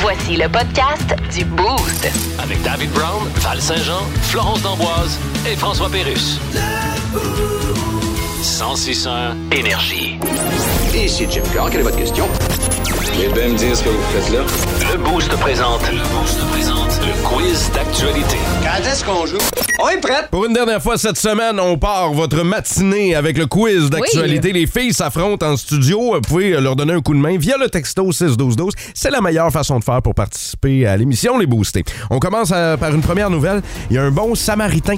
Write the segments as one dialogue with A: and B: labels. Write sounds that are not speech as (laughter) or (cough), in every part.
A: Voici le podcast du Boost.
B: Avec David Brown, Val Saint-Jean, Florence D'Amboise et François Pérus. 106 énergie.
C: Ici Jim Carr, quelle est votre question?
D: Vous bien me dire ce que vous faites là?
B: Le Boost présente. Le Boost présente. Le quiz d'actualité.
C: Quand est-ce qu'on joue? On est prêt!
E: Pour une dernière fois cette semaine, on part votre matinée avec le quiz d'actualité. Les filles s'affrontent en studio. Vous pouvez euh, leur donner un coup de main via le texto 61212. C'est la meilleure façon de faire pour participer à l'émission Les Boostés. On commence euh, par une première nouvelle. Il y a un bon samaritain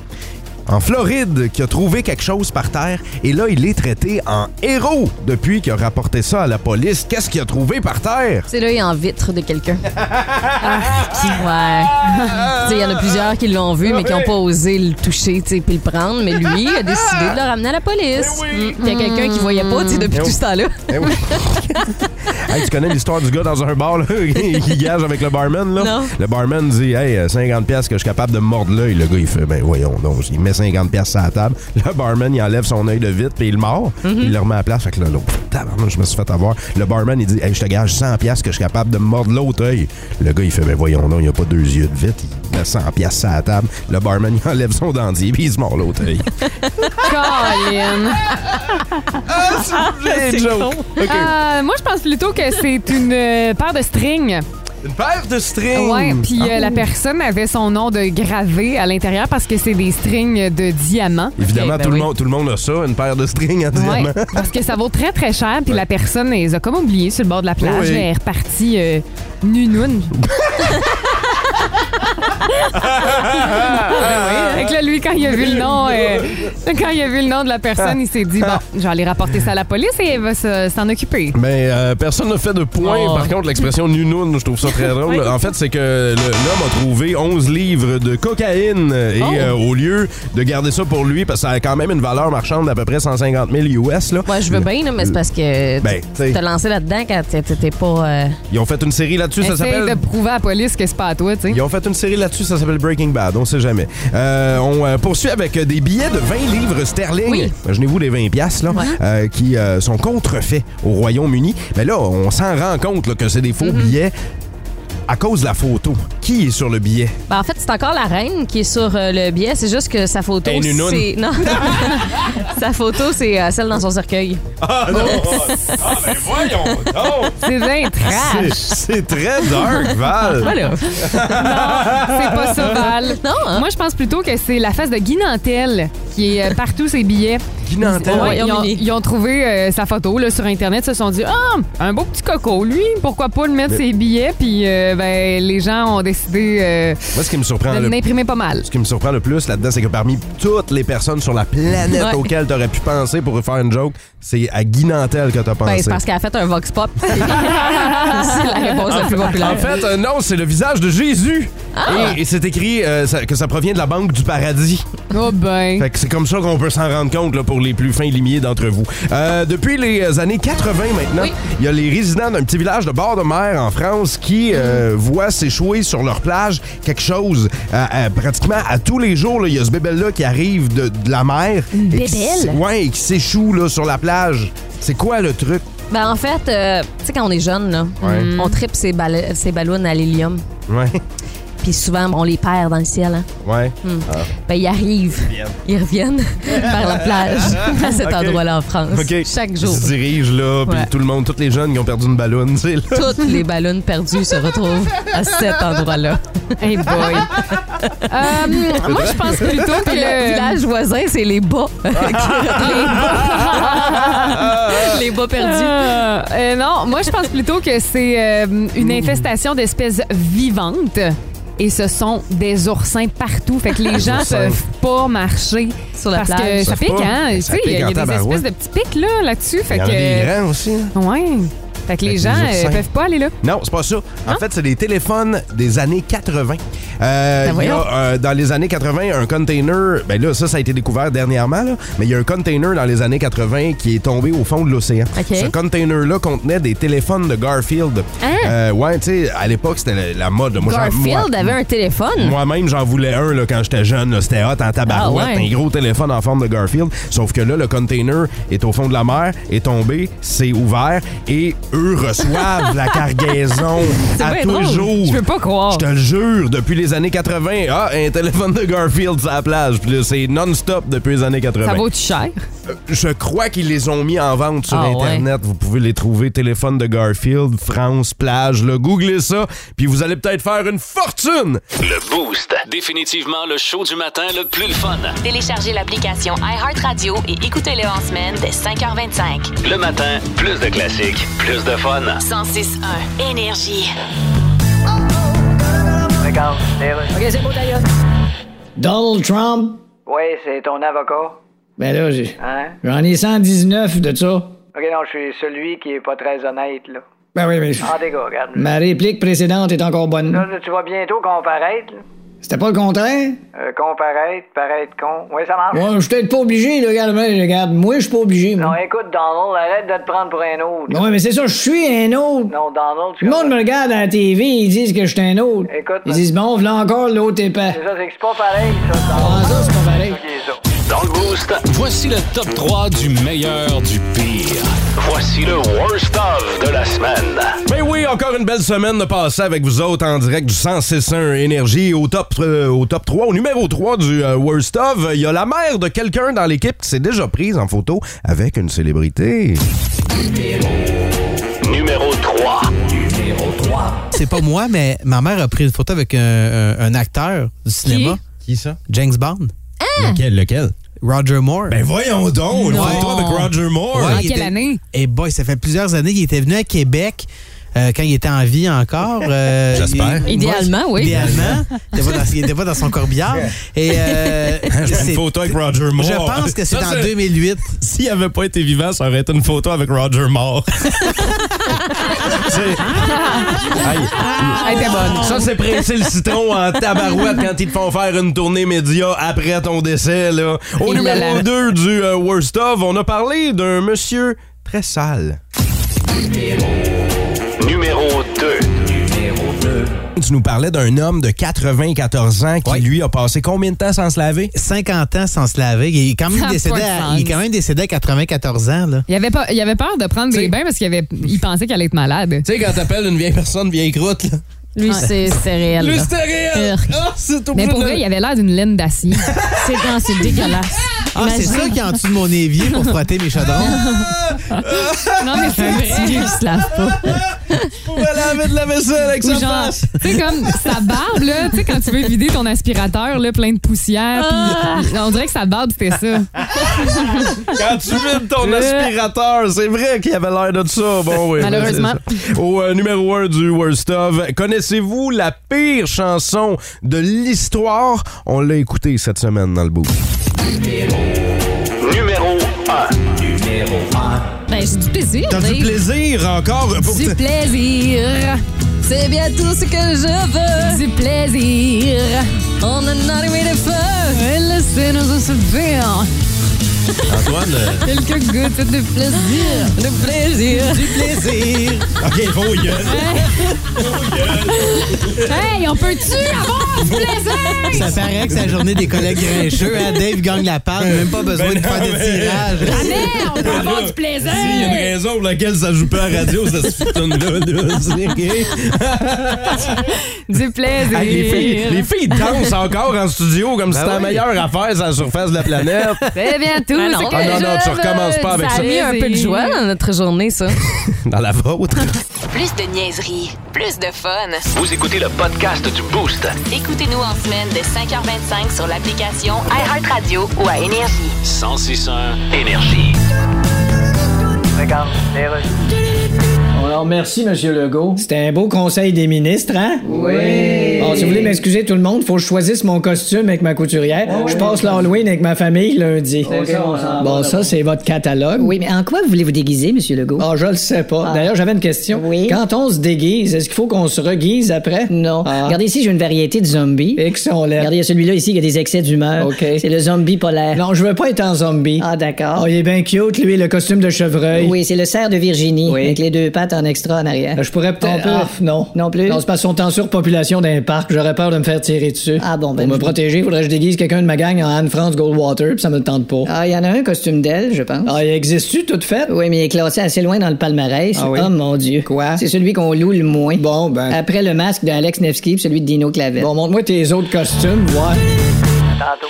E: en Floride qui a trouvé quelque chose par terre et là, il est traité en héros depuis qu'il a rapporté ça à la police. Qu'est-ce qu'il a trouvé par terre?
F: C'est l'œil en vitre
E: (laughs)
F: de quelqu'un. Ah, qui- ouais. (laughs) Tu sais, Il y en a plusieurs qui l'ont vu, mais qui n'ont pas osé le toucher tu sais, puis le prendre. Mais lui, il a décidé de le ramener à la police. Mm, Il y a quelqu'un qui voyait pas tu sais, depuis
E: Eh
F: tout
E: oui.
F: ce temps-là.
E: Eh oui. Hey, tu connais l'histoire du gars dans un bar là, (laughs) qui gage avec le barman? Là?
F: Non.
E: Le barman dit Hey, euh, 50$ piastres que je suis capable de mordre l'œil. Le gars, il fait Ben voyons donc. Il met 50$ piastres à la table. Le barman, il enlève son œil de vite, puis il le mord.
F: Mm-hmm.
E: Il le remet à la place. Fait que là, l'autre, tabarnak, je me suis fait avoir. Le barman, il dit Hey, je te gage 100$ piastres que je suis capable de mordre l'autre œil. Le gars, il fait Ben voyons donc, il a pas deux yeux de vite. Il met 100$ piastres à la table. Le barman, il enlève son dentier, puis il se mord l'autre
F: (laughs)
E: œil.
G: Colin.
E: Ah,
F: (laughs) Ah,
E: C'est joke. OK.
G: Euh, moi, je pense plutôt que c'est une euh, paire de strings.
E: Une paire de strings.
G: Ouais, puis euh,
E: Ah.
G: la personne avait son nom de gravé à l'intérieur parce que c'est des strings de diamants.
E: Évidemment,
F: Ok, ben
E: tout,
F: oui.
E: le monde, tout le monde a ça, une paire de strings à
G: Ouais,
E: diamant.
G: parce que ça vaut très très cher, puis la personne les a comme oubliés sur le bord de la plage,
E: Oui.
G: elle est repartie euh, nunoun.
E: Ah,
G: Ah!
E: ben hein.
G: Fait que là, lui, quand il a vu
E: (laughs)
G: le nom, euh, quand il a vu le nom de la personne, il s'est dit
E: Ah.
G: bon, je vais aller rapporter ça à la police et elle va se- s'en occuper.
E: Mais euh, personne n'a fait de point.
F: Oh.
E: Par contre, l'expression nounoun, je trouve ça très drôle. En fait, c'est que le- l'homme a trouvé 11 livres de cocaïne euh, et
G: Oh.
E: euh, au lieu de garder ça pour lui, parce que ça a quand même une valeur marchande d'à peu près 150 000 US, là,
F: Moi, (laughs) je veux bien, là, mais c'est parce que
E: Ben, tu sais.
F: tu t'as lancé là-dedans quand t'étais- t'étais pas. euh,
E: ils ont fait une série là-dessus, ça
G: Essaye de
E: s'appelle...
G: prouver à la police que c'est pas à toi, tu sais.
E: Ils ont fait une série là-dessus, ça s'appelle Breaking Bad, on sait jamais. Euh, on euh, poursuit avec euh, des billets de 20 livres sterling.
F: Oui.
E: Imaginez-vous des 20 piastres, là, euh, qui euh, sont contrefaits au Royaume-Uni. Mais là, on s'en rend compte là, que c'est des faux
G: Mm-hmm.
E: billets à cause de la photo. Qui est sur le billet?
F: Ben, en fait, c'est encore la reine qui est sur euh, le biais. C'est juste que sa photo,
E: Hey, nounoun.
F: c'est. Non. (laughs) sa photo, c'est euh, celle dans son cercueil.
E: Ah non! ah ben voyons
G: (laughs) C'est bien trash.
E: C'est très dark, Val! (laughs)
F: Voilà.
G: C'est pas ça, Val.
F: Non, hein?
G: Moi, je pense plutôt que c'est la face de Guy Nantel qui est euh, partout ses billets.
E: Guy Nantel.
G: Ouais, ils, ont,
F: Royaume-Uni.
G: ils ont trouvé euh, sa photo là, sur Internet, se sont dit Ah, un beau petit coco, lui, pourquoi pas le mettre ses billets? Puis euh, ben, les gens ont décidé euh,
E: Moi, ce qui me surprend
G: de
E: le
G: l'imprimer pas mal.
E: Ce qui me surprend le plus là-dedans, c'est que parmi toutes les personnes sur la planète
F: Ouais.
E: auxquelles tu aurais pu penser pour faire une joke, c'est à Guy Nantel que tu as
F: Ben,
E: pensé.
F: c'est parce qu'elle a fait un vox pop. (laughs) c'est la réponse la plus populaire.
E: en fait, euh, non, c'est le visage de Jésus. Et, et c'est écrit euh, ça- que ça provient de la Banque du Paradis.
G: Oh ben.
E: Fait que c'est comme ça qu'on peut s'en rendre compte là, pour les plus fins limiers d'entre vous. Euh, depuis les années 80 maintenant,
F: Oui.
E: il y a les résidents d'un petit village de bord de mer en France qui euh, voient s'échouer sur leur plage quelque chose euh, euh, pratiquement à tous les jours. là, Il y a ce bébelle-là qui arrive de, de la mer. Une
F: bébelle?
E: Ouais, et qui s'échoue là, sur la plage. C'est quoi le truc?
F: Ben, en fait, euh, tu sais, quand on est jeune, là, Mm.
E: Ouais.
F: on tripe ses, ball- ses ballons à l'hélium.
E: (laughs) Ouais,
F: Puis souvent, on les perd dans le ciel. Hein.
E: ouais.
F: Ben, ils arrivent. Ils reviennent (laughs) vers
E: (laughs)
F: la plage, à cet
E: Ok.
F: endroit-là en France.
E: OK.
F: Chaque jour.
E: Ils se dirigent là, puis
F: Ouais.
E: tout le monde, tous les jeunes qui ont perdu une ballonne, (laughs) tu sais, là.
F: Toutes les ballons perdues se retrouvent à cet endroit-là.
G: Hey boy.
E: (laughs)
G: Euh, moi, je pense plutôt que.
F: Puis le village voisin, c'est les bas. les bas.
E: (laughs)
F: les bas perdus.
G: Euh, euh, non, moi je pense plutôt que c'est euh, une infestation d'espèces vivantes. Et ce sont des oursins partout. Fait que les gens
E: oursins.
G: peuvent pas marcher
F: Sur la
G: parce
F: plage.
G: que ça
E: Ils
G: pique,
E: peuvent pas.
G: hein? Tu
E: Ça
G: sais, il y
E: pique en
G: a- il y a des
E: tabarouette.
G: espèces de petits pics là, là-dessus.
E: Il
G: fait
E: y en a des
G: que.
E: grands aussi. hein.
G: Ouais. Fait que les
E: Fait que
G: gens
E: les oursins.
G: euh, peuvent pas aller là.
E: Non, c'est pas ça. En fait, c'est des téléphones des années 80 Euh, il
F: Ben
E: y a,
F: voyons.
E: euh, dans les années 80, un container, ben là, ça, ça a été découvert dernièrement, là, mais il y a un container dans les années 80 qui est tombé au fond de l'océan.
F: OK.
E: Ce container-là contenait des téléphones de Garfield.
F: Hein?
E: Euh, ouais, tu sais, à l'époque, c'était la, la mode. Moi, j'en-
F: Garfield
E: moi-
F: avait un téléphone.
E: moi-même, j'en voulais un là, quand j'étais jeune. là. C'était hot en tabarouette,
F: Ah ouais.
E: un gros téléphone en forme de Garfield. Sauf que là, le container est au fond de la mer, est tombé, c'est ouvert et eux reçoivent
G: (laughs)
E: la cargaison à
G: bien
E: tous
G: drôle.
E: les jours.
G: Je peux pas croire.
E: Je te le jure, depuis les années 80, ah, un téléphone de Garfield sur la plage. Puis là, c'est non-stop depuis les années 80.
G: Ça vaut-tu cher?
E: Je crois qu'ils les ont mis en vente sur
G: Ah ouais.
E: Internet. Vous pouvez les trouver. Téléphone de Garfield, France, plage. Là, googlez ça, puis vous allez peut-être faire une fortune.
B: Le Boost. Définitivement le show du matin le plus le fun.
A: Téléchargez l'application iHeartRadio et écoutez-le en semaine dès 5h25.
B: Le matin, plus de classiques, plus de fun.
A: 106.1 Énergie.
H: Donald Trump?
I: Oui, c'est ton avocat.
H: Ben là, j'ai-
I: Hein?
H: j'en ai 119 de ça.
I: Ok, non, je suis celui qui est pas très honnête, là.
H: Ben oui, mais.
I: En dégâts, regarde.
H: Ma réplique précédente est encore bonne.
I: Là, là, tu vas bientôt comparaître, là.
H: C'était pas le contraire?
I: Euh, comparaître, paraître con. Oui, ça marche.
H: Ouais, je suis peut-être pas obligé, là, regarde, mais regarde. Moi, je suis pas obligé,
I: Ah. Non,
H: moi.
I: écoute, Donald, arrête de te prendre pour un autre.
H: Non, mais c'est ça, je suis un autre.
I: Non, Donald, tu
H: Tout le monde me regarde à la TV, ils disent que je suis un autre.
I: Écoute,
H: ils
I: ma-
H: disent, bon, voilà encore l'autre épais.
I: C'est ça, c'est que c'est pas pareil, ça,
H: Ah,
I: Donald.
H: ça, c'est pas pareil.
I: Ok, ça.
B: Dans le Boost, voici le top 3 du meilleur du pire. Voici le worst of de la semaine.
E: Ben oui, encore une belle semaine de passer avec vous autres en direct du 1061 Énergie au top, euh, au top 3, au numéro 3 du euh, Worst of. Il y a la mère de quelqu'un dans l'équipe qui s'est déjà prise en photo avec une célébrité.
B: Numéro 3.
E: (laughs)
J: C'est pas moi, mais ma mère a pris une photo avec un, un- un acteur du cinéma,
E: Qui ça?
J: James Bond,
G: Ah!
E: Lequel, lequel?
J: Roger Moore.
E: Ben voyons donc, une
J: Non.
E: photo avec Roger Moore.
J: Ouais,
G: En
J: il
G: quelle
J: était-
G: année?
J: Et boy, ça fait plusieurs années qu'il était venu à Québec. euh, quand il était en vie encore. euh,
E: (laughs) J'espère.
J: il-
F: Idéalement, oui.
J: Idéalement. Il n'était pas, dans- il était pas dans son
E: (laughs)
J: corbillard. Et, euh,
E: Une
J: c'est-
E: photo avec Roger Moore.
J: je pense que c'est
E: Ça,
J: en 2008.
E: S'il n'avait pas été vivant, ça aurait été une photo avec Roger
J: (laughs)
E: Moore. C'est- Aïe.
H: Ah,
G: Elle était
B: Ah.
G: bonne.
E: Ça, c'est presser le citron en tabarouette quand ils te font faire une tournée média après ton décès. Là. Au
G: Et là,
E: numéro
G: là.
E: 2 du euh, Worst of, on a parlé d'un monsieur très sale.
B: Numéro 2.
E: Tu nous parlais d'un homme de 94 ans qui, lui, a passé combien de temps sans se laver?
J: 50 ans sans se laver. Il est quand
G: Ça
J: même
G: a
J: décédé
G: pas de
J: à,
G: sens.
J: il est quand même décédé à 94 ans. Là.
G: Il avait, pas, il avait peur de prendre des bains parce qu'il avait, il pensait qu'elle allait être malade.
E: Tu sais, quand t'appelles une vieille personne vieille croûte, là.
F: Lui, c'est c'est réel. là. Urk.
E: Ah, c'est
G: Mais pour vrai, il avait l'air d'une laine d'acier. (laughs)
F: C'est non, c'est
E: (laughs)
F: dégueulasse.
J: Ah, c'est
F: Imagine.
J: ça qui est en dessous de mon évier pour frotter mes
G: (laughs)
J: chaudrons.
G: non, mais c'est
F: Petit
G: vrai.
F: vieux qui se lave pas.
E: laver de la vaisselle avec
G: Ou
E: sa
G: genre,
E: face.
G: tu sais, comme sa barbe, là, tu sais, quand tu veux vider ton aspirateur, là, plein de poussière, puis on dirait que sa barbe, c'était ça.
E: Quand
G: (laughs)
E: tu vides ton aspirateur, c'est vrai qu'il avait l'air de ça. Bon, oui,
G: Malheureusement.
E: c'est ça. Au euh, numéro 1 du Worst of, connaissez-vous la pire chanson de l'histoire? On l'a écoutée cette semaine dans le bout.
B: Numéro 1.
F: Ben, j'ai du plaisir,
E: T'as du
F: Dave.
E: plaisir encore Oh, ben, pour
G: Du plaisir,
F: C'est bien tout ce que je veux.
G: du plaisir,
F: On a arrivé de feu.
G: et laissez-nous se faire
E: Antoine? euh,
G: quelques gouttes de plaisir.
F: De plaisir.
J: Du plaisir.
E: (laughs) OK, faut y aller.
G: Hey, on peut-tu avoir du plaisir?
J: Ça paraît que c'est la journée des collègues grincheux. hein? Dave gagne la parle, même pas besoin de faire de tirage.
G: Mais on peut avoir du plaisir!
E: Il y a une raison pour laquelle ça joue pas à la radio, ça se là
G: Du plaisir!
E: les, filles, les filles dansent encore en studio comme si c'était la meilleure affaire sur la surface de la (laughs) planète.
G: C'est bien tout!
F: Ah non.
G: ce que
E: Ah non,
G: je
E: non, tu
G: veux.
E: recommences pas avec
F: Ça a mis un peu de joie dans notre journée, ça.
E: Dans la vôtre.
A: Plus de niaiserie, plus de fun.
B: Vous écoutez le podcast du Boost.
A: Écoutez-nous en semaine dès 5h25 sur l'application iHeartRadio ou à Énergie.
B: 1061 Énergie.
I: Regarde, les rues.
H: On a Alors, merci, Monsieur Legault. C'était un beau conseil des ministres, hein? Oui. Bon, Ah, si vous voulez m'excuser, tout le monde, faut que je choisisse mon costume avec ma couturière. je passe l'Halloween avec ma famille lundi. bon, ça, c'est votre catalogue.
K: Oui, mais en quoi voulez-vous déguiser, Monsieur Legault?
H: Ah, je le sais pas.
K: Ah.
H: D'ailleurs, j'avais une question.
K: Oui.
H: Quand on se déguise, est-ce qu'il faut qu'on se reguise après?
K: Non.
H: Ah.
K: Regardez ici, j'ai une variété de zombies.
H: Et qui sont là.
K: Regardez, il y a celui-là ici qui a des excès d'humeur.
H: OK.
K: C'est le zombie polaire.
H: Non, je veux pas être en zombie.
K: Ah, d'accord.
H: Oh, il est bien cute, lui, le costume de chevreuil.
K: Oui, c'est le cerf de Virginie,
H: Oui.
K: avec les deux pattes en extra en arrière.
H: Euh, Je pourrais peut-être.
K: Non
H: Ah,
K: plus.
H: non.
K: Non plus.
H: Non, c'est parce qu'on est en surpopulation d'un parc. J'aurais peur de me faire tirer dessus.
K: Ah bon, ben,
H: Pour me
K: je-
H: protéger, faudrait que je déguise quelqu'un de ma gang en Anne-France Goldwater, puis ça me le tente pas.
K: Ah, il y en a un costume d'elle, je pense.
H: Ah, il existe-tu, toute faite?
K: Oui, mais il est classé assez loin dans le palmarès.
H: Ah oui?
K: Oh mon Dieu.
H: Quoi?
K: C'est celui qu'on loue le moins.
H: Bon, ben.
K: Après le masque d'Alex Nevsky et celui de Dino Clavel.
H: Bon, montre-moi tes autres costumes, voir.
I: tantôt.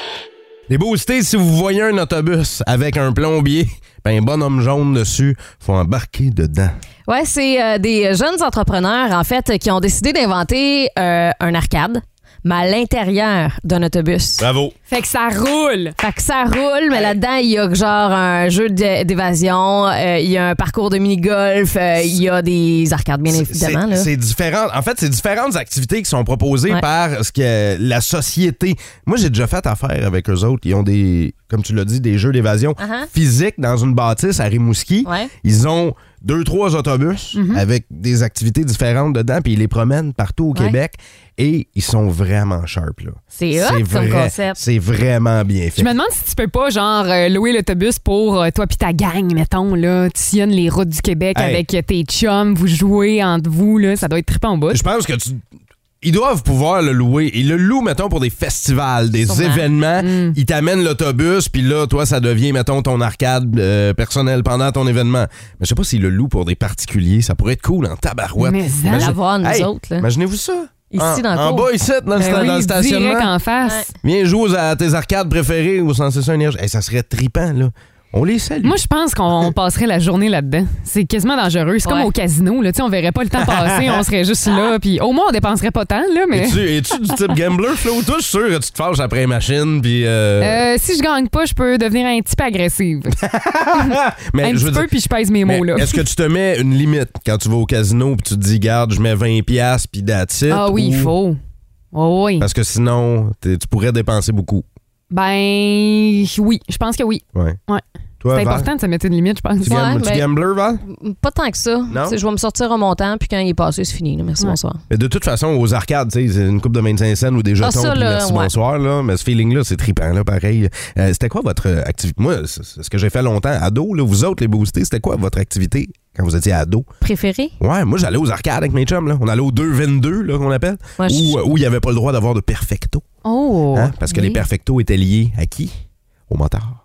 E: Les boostés, si vous voyez un autobus avec un plombier, (laughs) ben un bonhomme jaune dessus, faut embarquer dedans.
F: Ouais, c'est euh, des jeunes entrepreneurs, en fait, qui ont décidé d'inventer euh, un arcade, mais à l'intérieur d'un autobus.
E: Bravo.
G: Fait que ça roule.
F: Fait que ça roule, mais là-dedans, il y a genre un jeu d'é- d'évasion, euh, il y a un parcours de mini-golf, euh, il y a des arcades, bien évidemment.
E: C'est-
F: là.
E: C'est différent. En fait, c'est différentes activités qui sont proposées
F: Ouais.
E: par ce que la société. Moi, j'ai déjà fait affaire avec eux autres. Ils ont des, comme tu l'as dit, des jeux d'évasion
F: Uh-huh.
E: physique dans une bâtisse à Rimouski.
F: Ouais. Mm-hmm.
E: Ils ont deux, trois autobus avec des activités différentes dedans, puis ils les promènent partout au
F: Ouais.
E: Québec. Et ils sont vraiment sharp, là.
F: C'est hot comme
E: vrai-
F: concept.
E: C'est vraiment bien
G: Je
E: fait.
G: me demande si tu peux pas, genre, euh, louer l'autobus pour euh, toi puis ta gang, mettons, là. Tu sillonnes les routes du Québec
E: Hey.
G: avec euh, tes chums, vous jouez entre vous, là. Ça doit être trippant en bout.
E: Je pense que tu. Ils doivent pouvoir le louer. Ils le louent, mettons, pour des festivals, des
F: Sûrement.
E: événements. Ils t'amènent l'autobus, puis là, toi, ça devient, mettons, ton arcade euh, personnel pendant ton événement. Mais je sais pas s'ils le louent pour des particuliers. Ça pourrait être cool en tabarouette.
G: Mais ça,
E: Imagine-
F: l'avoir, nous autres, là.
E: Imaginez-vous ça.
F: Ici,
E: en,
F: dans le
E: En
F: cours.
E: bas, ici, dans, le sta-
G: Ben
E: dans le
G: oui,
E: stationnement.
G: direct en face.
E: Viens jouer aux- à tes arcades préférées ou sans cesse un énergie. Hey, ça serait tripant, là. On les salue.
G: Moi, je pense qu'on on passerait la journée là-dedans. C'est quasiment dangereux. C'est
F: Ouais.
G: comme au casino, là. Tu sais, on verrait pas le temps passer, on serait juste là. Puis au moins, on dépenserait pas tant, là, mais.
E: Es-tu es-tu du type gambler, Flo? Toi, je suis sûr que tu te fâches après les machines, puis... euh,
G: Euh, si je gagne pas, je peux devenir un petit peu agressive.
E: (laughs) mais
G: un
E: je
G: petit
E: veux
G: peu,
E: dire-
G: puis je pèse mes
E: Mais
G: mots, là.
E: Est-ce que tu te mets une limite quand tu vas au casino puis tu te dis, garde, je mets 20 pièces puis that's it,
G: Ah oui, il
E: ou-
G: faut. Oh, oui.
E: Parce que sinon, t'es- tu pourrais dépenser beaucoup.
G: (laughs) Ben, oui. Je pense que oui.
E: Ouais.
G: Ouais.
E: Toi,
G: C'est
E: Val,
G: important de se mettre une limite, je pense.
E: Tu,
F: Ouais,
E: gam- tu
F: ben-
E: gambler, Val?
F: Pas tant que ça.
E: Non?
F: Tu sais, Je vais me sortir un montant, puis quand il est passé, c'est fini. là. Merci,
G: Ouais.
F: bonsoir.
E: Mais de toute façon, aux arcades, tu sais, c'est une coupe de 25 cents ou des jetons,
F: Ah, ça,
E: puis
F: là,
E: merci,
F: ouais.
E: bonsoir. Là. Mais ce feeling-là, c'est trippant, là, pareil. Euh, c'était quoi votre euh, activité? Moi, c'est c'est ce que j'ai fait longtemps, ado, là, vous autres, les boostés, c'était quoi votre activité quand vous étiez ado?
F: Préféré?
E: Ouais, moi, j'allais aux arcades avec mes chums. Là. On allait aux 2-22, là, qu'on appelle,
F: Moi, je-
E: où euh, où il n'y avait pas le droit d'avoir de perfecto.
G: Oh.
E: Hein? Parce que
F: oui.
E: les perfectos étaient liés à qui? Au motard.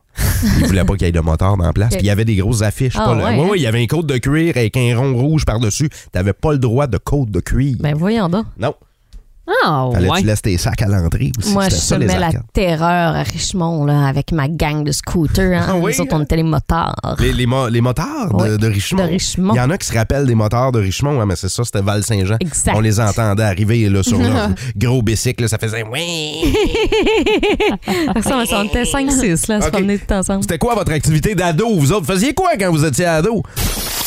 E: Ils voulaient pas qu'il y ait de motard dans la place.
F: Ok.
E: Puis il y avait des grosses affiches.
F: Ah,
E: pas le-
F: ouais,
E: Ouais,
F: hein?
E: ouais, il y avait un côte de cuir avec un rond rouge par-dessus. T'avais pas le droit de côte de cuir.
F: Ben voyons donc.
E: non.
G: Ah,
E: Fallait que
G: ouais.
E: tu laisses tes sacs à l'entrée aussi.
F: Moi, je
E: C'était ça,
F: semais
E: les
F: la
E: arcades.
F: terreur à Richemont là, avec ma gang de scooters. Hein?
E: Ah oui,
F: Nous autres, on était les motards.
E: Les, les mo- les motards de,
F: Ouais,
E: de Richemont.
F: de Richemont.
E: Il y en a qui se rappellent des motards de Richemont, ouais, mais c'est ça, c'était Val-Saint-Jean.
F: Exact.
E: On les entendait arriver là, sur
F: (laughs)
E: leur gros bicycle, là, ça faisait oui.
F: Personne, on était 5-6 là, à se
E: Ok.
F: promener tout ensemble.
E: C'était quoi votre activité d'ado? Vous autres, faisiez quoi quand vous étiez ado?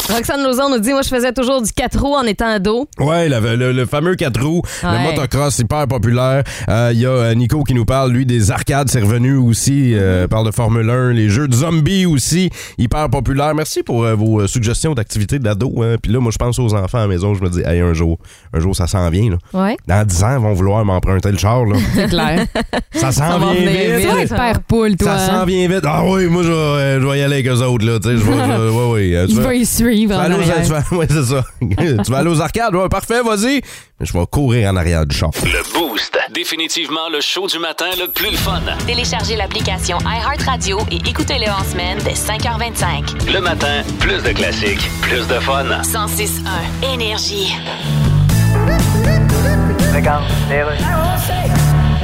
F: Roxane Lozon nous dit Moi, je faisais toujours du 4 roues en étant ado.
E: Ouais, le, le- le fameux 4 roues, le
F: Ouais.
E: motocross hyper populaire. Euh, Il y a euh, Nico qui nous parle, lui, des arcades, c'est revenu aussi,
F: Mm-hmm.
E: euh, parle de Formule 1, les jeux de zombies aussi, hyper populaire. Merci pour euh, vos euh, suggestions d'activités d'ado. hein. Puis là, moi, je pense aux enfants à la maison, je me dis, hey, un jour, un jour, ça s'en vient. Là.
F: Ouais.
E: Dans 10 ans, ils vont vouloir m'emprunter le char.
F: (laughs)
E: Là.
G: C'est clair.
E: ça s'en
F: Ça va
E: vient
F: venir
E: vite.
G: tu vas être père poule, toi. hein.
E: Ça s'en vient vite. Ah oui, moi, je vais euh, je vais y aller avec eux autres. Là, tu sais, je vais, je- ouais, ouais, euh, tu
G: (laughs) Il
E: vas-
G: va y suivre.
E: tu vas,
G: en
E: aller aux,
G: arrière.
E: tu vas- (laughs) ouais, c'est ça. tu vas aller aux arcades, ouais, parfait, vas-y. Mais je vais courir en arrière du char.
B: Le Boost. Définitivement le show du matin le plus le fun.
A: Téléchargez l'application iHeartRadio et écoutez-le en semaine dès 5h25.
B: Le matin, plus de classiques, plus de fun.
A: 106.1 Énergie.
I: Regarde, les rues.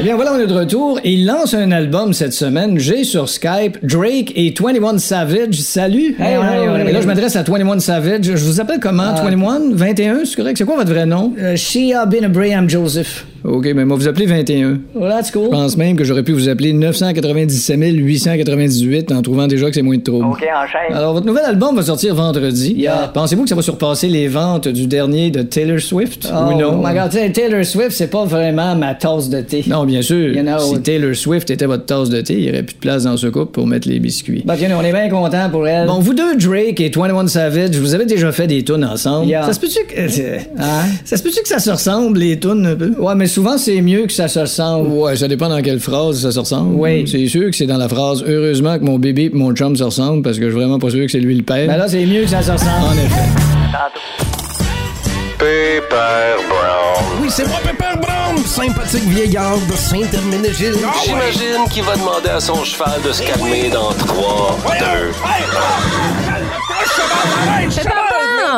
H: Eh bien, voilà, on est de retour. Il lance un album cette semaine. J'ai sur Skype Drake et 21 Savage. Salut!
K: Hey, hey, hey, Ah.
H: Et là,
K: hey.
H: je m'adresse à 21 Savage. Je vous appelle comment? 21? 21? C'est correct? C'est quoi votre vrai nom?
K: Euh, she a been a Brian Ben Joseph.
H: OK, mais moi, vous appelez 21. Voilà, tu Je pense même que j'aurais pu vous appeler 997 898 en trouvant déjà que c'est moins de trouble.
I: OK, enchaîne.
H: Alors, votre nouvel album va sortir vendredi.
I: Yeah.
H: Pensez-vous que ça va surpasser les ventes du dernier de Taylor Swift
K: Oh,
H: ou non?
K: my God, tu sais, Taylor Swift, c'est pas vraiment ma tasse de thé.
H: Non, bien sûr.
K: Il y en a
H: si
K: autre.
H: Taylor Swift était votre tasse de thé, il n'y aurait plus de place dans ce couple pour mettre les biscuits.
K: Bah, tiens, on est bien content pour elle.
H: Bon, vous deux, Drake et 21 Savage, vous avez déjà fait des tunes ensemble.
K: Yeah.
H: Ça se peut-tu que... euh,
K: Hein?
H: Ça se peut-tu que ça se ressemble, les tunes, un peu?
K: Ouais, mais souvent, c'est mieux que ça se ressemble.
H: Ouais, ça dépend dans quelle phrase ça se ressemble.
K: Oui.
H: C'est sûr que c'est dans la phrase « Heureusement que mon bébé et mon chum se ressemblent » parce que je suis vraiment pas sûr que c'est lui le père.
K: Mais Ben là, c'est mieux que ça se ressemble.
H: En effet.
D: Pepper Brown.
E: Oui, c'est moi, Pepper Brown, sympathique vieillard de Saint-Herménégil.
D: J'imagine qu'il va demander à son cheval de se calmer dans 3, 2.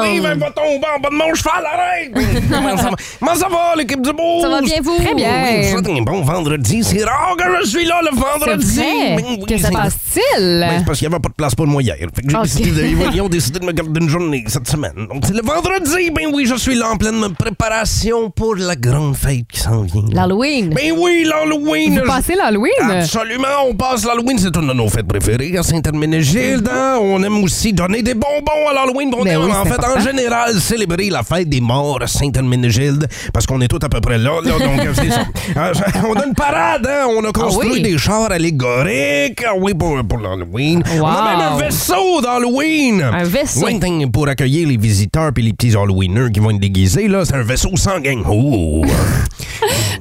E: Oui, ben, va tomber en bas de mon cheval, arrête! (laughs) Comment ça va, Comment ça va, l'équipe du beau?
F: Ça va bien, vous?
G: Très bien.
E: Je vous souhaite un bon vendredi. C'est rare que je suis là Ah, le vendredi.
G: C'est
E: Ben
G: vrai?
E: oui,
G: Que se
E: c'est-
G: passe-t-il?
E: Ben, c'est parce qu'il n'y avait pas de place pour moi hier. Fait que j'ai
G: Euh. Ok.
E: décidé
G: (laughs)
E: de- ils ont décidé de me garder une journée cette semaine. Donc, c'est le vendredi. Ben oui, je suis là en pleine préparation pour la grande fête qui s'en vient.
F: L'Halloween.
E: Ben oui, l'Halloween. Ah,
G: Vous passez l'Halloween?
E: Absolument, on passe l'Halloween, c'est une de nos fêtes préférées à Saint-Herménégilde. hein. On aime aussi donner des bonbons à l'Halloween. On
G: Ben
E: aime
G: oui,
E: en
G: c'est
E: fait en
G: important.
E: général célébrer la fête des morts à Saint-Herménégilde parce qu'on est tous à peu près là. là,
G: (laughs)
E: donc, c'est ça. Euh, on a une parade, hein. on a construit
G: Ah oui.
E: des chars allégoriques ah oui, pour, pour l'Halloween. On a
G: Wow.
E: même un vaisseau d'Halloween.
G: Un vaisseau.
E: Oui, ting, pour accueillir les visiteurs puis les petits Halloweeners qui vont être déguisés. là. C'est un vaisseau sanguin. Oh.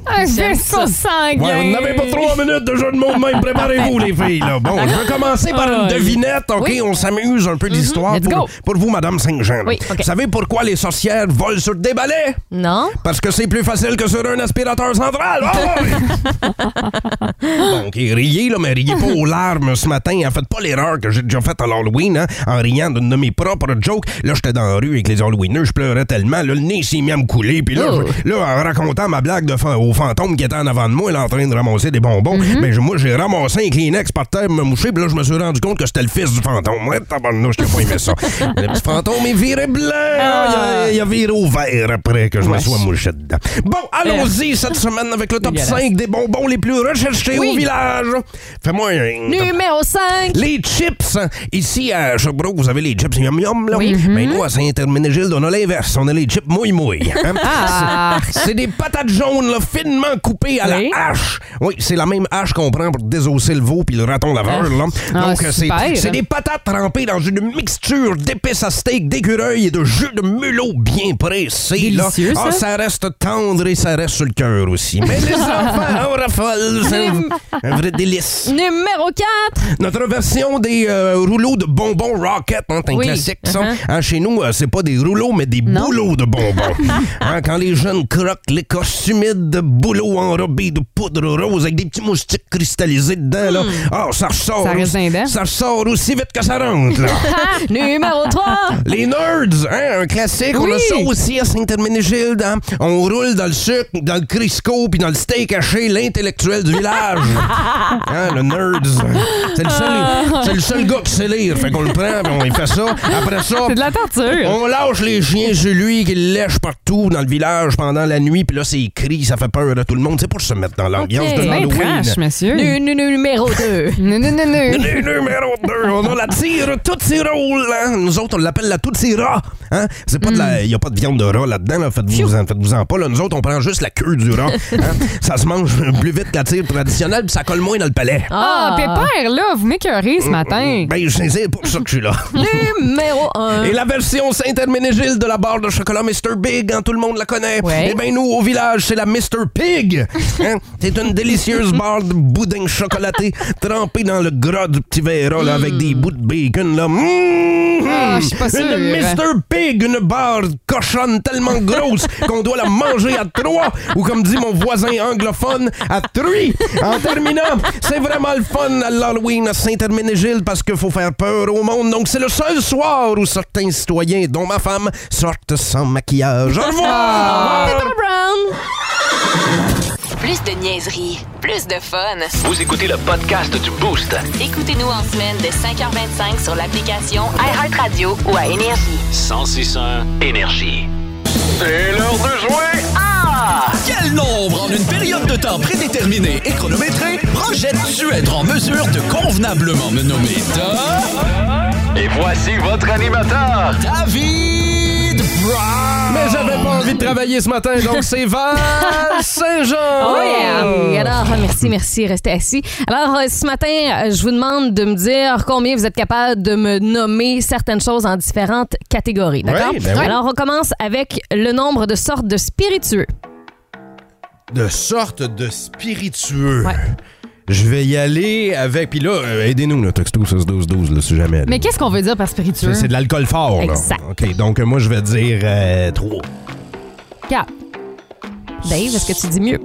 G: Un vaisseau sanguin.
E: Ouais, on n'avait pas trois minutes de jeu de mots de même. Préparez-vous, les filles. Là. Bon, je vais commencer par une
G: Ah,
E: devinette. OK,
G: oui. Mhm.
E: on s'amuse un peu de l'histoire
G: Let's
E: pour,
G: go.
E: pour vous, Madame Saint-Jean. là.
F: Oui, OK.
E: Vous savez pourquoi les sorcières volent sur des balais?
F: Non?
E: Parce que c'est plus facile que sur un aspirateur central. Ah, ouais. bon, (laughs) OK, riez, là, mais riez pas aux larmes ce matin. En faites pas l'erreur que j'ai déjà faite à l'Halloween, hein, en riant d'une de mes propres jokes. Là, j'étais dans la rue avec les Halloweeners, je pleurais tellement. Là, le nez s'est mis à me couler. Puis là,
F: Oh.
E: je- là, en racontant ma blague de fa- au fantôme qui était en avant de moi, là, en train de ramasser des bonbons, ben, je- moi, j'ai ramassé un Kleenex par terre pour me moucher. Puis là, je me suis rendu compte que c'était le fils du fantôme. Ouais, tabarnouche, t'ai pas aimé ça. le petit fantôme, il virait blanc. Il a- Il a viré au vert après que je me sois mouché dedans. Bon, allons-y cette semaine avec le top 5 des bonbons les plus recherchés au village. Fais-moi un.
F: Numéro 5.
E: Les chips. hein. Ici, à Sherbrooke, vous avez les chips yum yum. Là.
F: Oui.
E: Mais
G: Mhm.
E: nous, à Saint-Herménégilde, on a l'inverse. On a les chips mouille mouille. hein. C'est- C'est des patates jaunes là, finement coupées à
G: Ah. Oui.
E: la hache. Oui, c'est la même hache qu'on prend pour désosser le veau puis le raton laveur. là.
G: Ah,
E: Donc, euh, c'est
G: super.
E: c'est des patates trempées dans une mixture d'épices à steak, d'écureuil et de jus de mulot bien pressé. là.
G: Délicieux,
E: Ah,
G: ça.
E: ça reste tendre et ça reste sur le cœur aussi. Mais les
G: (laughs)
E: enfants en raffolent. C'est un- un vrai délice.
F: (laughs) Numéro
E: (laughs)
F: 4.
E: Notre version des euh, rouleaux de bonbons Rocket, hein, c'est un
F: Oui.
E: classique ça.
G: Uh-huh.
E: Hein, chez nous, euh, c'est pas des rouleaux, mais des boulots de
G: (laughs)
E: bonbons. Hein, quand les jeunes croquent l'écorce humide de bouleaux enrobés de poudre rose avec des petits moustiques cristallisés dedans, là. Ah, ça ressort.
G: Hmm. Ça reste
E: aussi-
G: dindant.
E: ça ressort aussi vite que ça rentre, là.
G: (laughs)
F: Numéro 3.
E: (laughs) Les nerds, hein, un classique, on a
G: Oui.
E: ça aussi à Saint-Herménégilde. hein. On roule dans le sucre, dans le Crisco, puis dans le steak haché, l'intellectuel du
G: (laughs)
E: village. Hein, le nerds. C'est le,
G: Euh.
E: seul, c'est le seul gars qui sait lire. Fait qu'on le prend, puis on y fait ça. Après ça,
G: C'est de la torture.
E: on lâche les chiens sur lui qui le lèche partout dans le village pendant la nuit, puis là, c'est cris, ça fait peur à tout le monde. C'est pour se mettre dans l'ambiance
F: Ok.
E: de
G: Ben
E: l'Halloween.
G: trash, monsieur.
F: Nu- nu- nu-
G: (laughs)
F: Numéro 2.
G: Non, non, non, non.
E: Le numéro 2, on a la tire Tootsie Roll. Hein? Nous autres, on l'appelle la Tootsie Rat. Hein? C'est pas de la... Il n'y a pas de viande de rat là-dedans. là. Faites-vous en, faites-vous en pas. Là. Nous autres, on prend juste la queue du rat. hein. Ça se mange plus vite que la tire traditionnelle, puis ça colle moins dans le palais.
G: Ah, Pépère, là, vous m'écœurez ce matin.
E: Ben, je- c'est pour ça que je suis là.
F: Numéro 1.
G: Euh.
E: Et la version Saint-Herménégilde de la barre de chocolat Mr. Big, hein, tout le monde la connaît.
F: Ouais.
E: Eh bien, nous, au village, c'est la Mr. Pig. Hein? c'est une délicieuse
G: (laughs)
E: barre de boudin chocolaté trempée dans le gras du petit verre là, avec des bouts de bacon. Là. Mhm.
G: Ah, je suis pas sûre.
E: Une Mr. Pig, une barre cochonne tellement
F: (laughs)
E: grosse qu'on doit la manger à trois, ou comme dit mon voisin anglophone, à three. En terminant, c'est vraiment le fun à l'Halloween à Saint-Herménégilde parce qu'il faut faire peur au monde. Donc, c'est le seul soir où certains citoyens, dont ma femme, sortent sans maquillage. Au revoir!
F: Pepper Brown.
A: Plus de niaiserie, plus de fun.
B: Vous écoutez le podcast du Boost.
A: Écoutez-nous en semaine de 5h25 sur l'application iHeartRadio ou à Énergie.
B: 1061 Énergie.
D: C'est l'heure de jouer!
F: Ah,
B: Ah, Quel nombre en une
L: de temps prédéterminé et chronométré, projettes-tu être en mesure de convenablement me nommer Tom? Et voici votre animateur, David Brown!
E: Mais j'avais pas envie de travailler ce matin, donc c'est Val Saint-Jean!
F: Oh yeah! Et alors, merci, merci, restez assis. Alors, euh, ce matin, euh, je vous demande de me dire combien vous êtes capable de me nommer certaines choses en différentes catégories, d'accord?
E: Ouais, ben oui.
F: Alors, on commence avec le nombre de sortes de spiritueux.
E: de sorte de spiritueux. Je vais y aller avec. Puis là, euh, aidez-nous, le texto 6-12-12, là, si jamais. là.
G: Mais qu'est-ce qu'on veut dire par spiritueux?
E: C'est c'est de l'alcool fort, là.
G: Exact.
E: OK, donc euh, moi, je vais dire euh, 3.
G: Cap.
F: Dave, est-ce que tu dis mieux?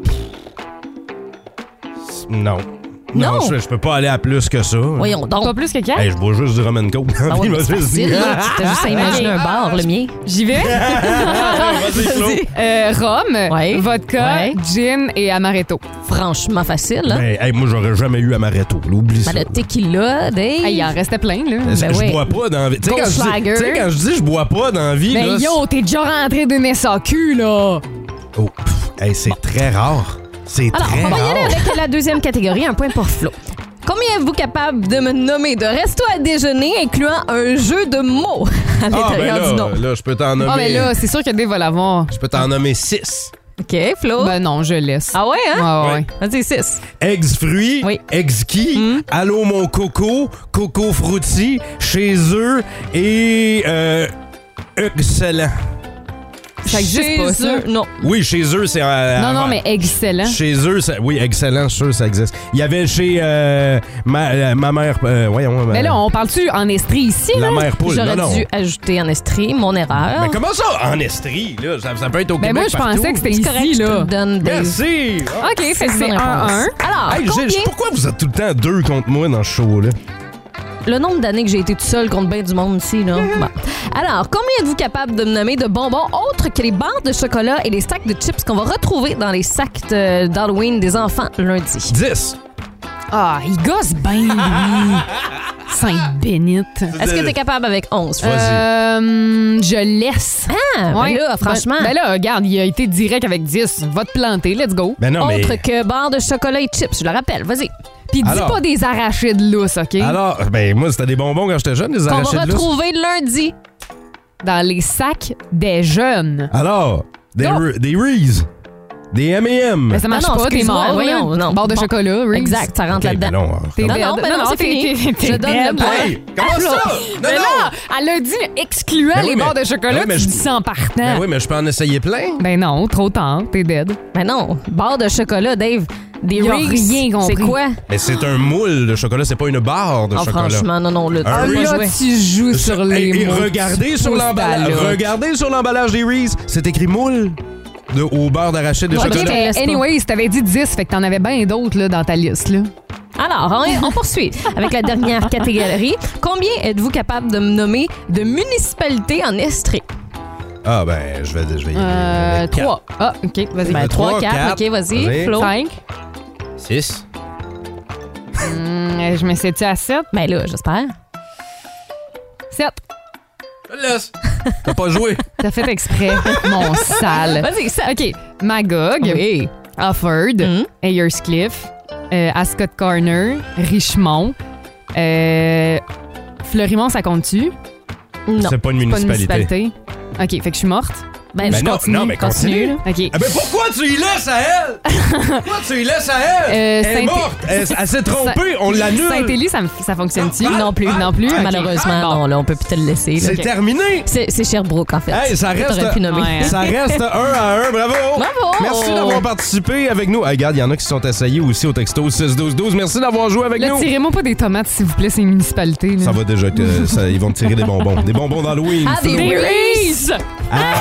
E: Non.
F: Non.
E: je, je peux pas aller à plus que ça.
F: Voyons donc. Pas
G: plus que quatre?
E: Hey, je bois juste du Roman Coke. (laughs)
F: Ah
E: Puis
F: ouais, mais
E: je
F: c'est
E: me suis
F: facile,
E: dit- hein.
F: là. Tu t'as
E: (laughs)
F: juste à imaginer un bar, le mien.
G: J'y vais?
F: (laughs)
G: Euh, rhum, vodka, gin et amaretto.
F: Franchement facile. hein? là.
E: Ben, hey, moi, j'aurais jamais eu Amaretto. là, Oublie ça.
F: Ben, le tequila, Ben Dave.
G: il en restait plein, là.
E: Est-ce que je bois pas dans la vie? Tu sais, quand je dis-
G: Goldschlager.
E: tu sais, quand je dis je bois pas dans la vie, là,
G: Ben yo, t'es déjà rentré d'une SAQ, là.
E: Oh, pff, hey, c'est très rare. C'est
F: Alors,
E: très
F: on va y
E: rare.
F: aller avec la deuxième catégorie, un point pour Flo. Combien êtes-vous capable de me nommer de resto à déjeuner incluant un jeu de mots (laughs) à
E: Ah, ben
F: l'intérieur
E: là,
F: du nom?
E: là, je peux t'en
F: ben
E: nommer.
G: Ah, mais là, c'est sûr que Dave va l'avoir.
E: Je peux t'en nommer 6.
F: OK, Flo?
G: Ben non, je laisse.
F: Ah ouais, Hmm? hein?
G: Ouais, ouais.
F: Vas-y, 6.
E: Eggs fruits, eggs qui, allô mon coco, coco frutti, chez eux et euh, excellent.
G: Ça existe
F: Chez
G: pas, ça.
F: eux, Non.
E: Oui, chez eux c'est euh,
G: Non,
E: avant.
G: non, mais excellent.
E: Chez eux, ça- oui, excellent, sûr, ça existe. Il y avait chez euh, ma, euh, ma mère, euh, voyons. ma-
G: Mais là, on parle-tu en estrie ici?
E: La
G: là?
E: mère poule,
F: J'aurais
E: non, non.
F: dû ajouter en estrie, mon erreur.
E: Mais comment ça, en Estrie, là? Ça, ça peut être au
F: Ben
E: Québec
F: moi, je
E: partout.
F: pensais que c'était C'est ici, correct, je te là. le donne, Dave.
E: Merci! Ah.
G: OK, fait que
F: C'est
G: c'est
F: une bonne
G: 1-1.
F: réponse. Alors,
E: Hey, j'ai-
F: combien-
E: pourquoi vous êtes tout le temps deux contre moi dans ce show-là?
F: Le nombre d'années que j'ai été tout seul contre bien du monde
G: (laughs)
F: ici, là. Bon. Alors, combien êtes-vous capable de me nommer de bonbons autres que les barres de chocolat et les sacs de chips qu'on va retrouver dans les sacs de- d'Halloween des enfants lundi?
E: 10.
G: Ah, il gosse bien,
F: (laughs)
G: lui. (laughs) Sainte bénite.
F: Est-ce que t'es capable avec 11?
G: Euh, je laisse.
F: Ah, ben là, franchement.
G: Ben, ben là, regarde, il a été direct avec 10. Va te planter, let's go.
E: Ben non, mais-
F: Autre que barres de chocolat et chips, je le rappelle, vas-y.
G: Puis dis
E: Alors-
G: pas des arachides lousses, OK?
E: Alors, ben moi, c'était des bonbons quand j'étais jeune, les
F: Qu'on
E: arachides
F: va
E: là.
F: retrouver lundi.
G: Dans les sacs des jeunes.
E: Alors, des, Re- des Reese, des M&M.
G: Ben, ça marche
F: Ah non,
G: pas, t'es
F: excuse-moi,
G: mort.
F: voyons, non.
G: Barre de
F: Bon.
G: chocolat, Reese's.
F: Exact, ça rentre
E: Ok, ben
F: là-dedans.
E: non,
G: T'es
F: Non,
G: dead.
F: non, ben non, c'est fini. Je donne le point.
E: Hey, comment ça? Non,
G: Mais
E: non.
G: là, elle a dit excluant
E: Ben oui,
G: les
E: mais-
G: barres de chocolat,
E: ben oui, mais
G: tu
E: je-
G: dis ça en partant.
E: Ben oui, mais je peux en essayer plein.
G: hein? Ben non, trop tard, t'es dead.
F: Ben non, barres de chocolat, Dave. Des
G: Ils ont
F: Reese's,
G: rien compris.
F: C'est quoi?
E: Mais c'est un moule de chocolat, c'est pas une barre de
F: Ah,
E: chocolat.
F: franchement, non, non, là, tu
E: Un
F: peux pas
E: Reese's.
F: jouer.
G: Tu joues sur les
E: Et, et
G: mots.
E: regardez
G: Tu
E: sur
G: pousses
E: l'emballage,
G: ta lotte.
E: regardez sur l'emballage des Reese, c'est écrit moule de, au beurre d'arachide de
G: OK,
E: chocolat.
G: mais anyways, t'avais dit 10, fait que t'en avais bien d'autres là, dans ta liste. Là.
F: Alors, Ah,
G: (laughs)
F: on, on poursuit avec la dernière catégorie. Combien êtes-vous capable de me nommer de municipalités en Estrie?
E: Ah ben, je vais, je vais y
G: Euh,
E: aller.
G: 3. Ah, OK, vas-y.
F: Ben,
E: trois,
F: 3, 4,
E: quatre.
F: OK, vas-y,
E: Vas-y.
F: Flo.
G: 5.
E: 6.
G: Hmm, je me suis dit à 7.
F: Ben là, j'espère.
G: 7.
E: Laisse. T'as pas joué.
G: (laughs) T'as fait exprès, mon sale.
F: Vas-y, ça.
G: OK, Magog,
F: Oui. Hmm.
G: Offord, Ayerscliff, euh, Ascot Corner, Richmond, euh, Fleurimont, ça compte-tu?
F: Non.
E: C'est pas une
G: C'est pas une
E: municipalité.
G: municipalité. OK, fait que je suis morte.
F: Ben,
E: Ben
F: je
E: non,
F: continue.
E: non, mais continue.
G: là. OK.
E: Ah ben pourquoi tu y laisses à
G: (laughs)
E: elle? Pourquoi tu y laisses à elle?
G: Euh,
E: elle est
G: Saint-
E: morte. Elle, elle s'est trompée. On l'annule.
G: Saint-Élie, ça, me- ça fonctionne-tu?
E: Ah,
G: non plus. Non plus.
F: Malheureusement,
G: Bon.
F: non, là, on peut plus te le laisser. là.
E: C'est
F: OK.
E: terminé.
F: C'est c'est Sherbrooke, en fait.
E: Hey, ça reste-
F: T'aurais pu nommer.
G: Ouais.
F: (laughs)
E: Ça reste un à un. Bravo.
F: Bravo.
E: Merci d'avoir participé avec nous. Ah, regarde, il y en a qui se sont essayés aussi au texto 6-12-12. Merci d'avoir joué avec
G: Là,
E: nous.
G: tirez-moi pas des tomates, s'il vous plaît, c'est une municalité. là.
E: Ça va déjà être, euh, ça- ils vont te tirer des bonbons. Des bonbons d'Halloween.
F: Ah, des
G: Des
F: Reese's!
E: Ah,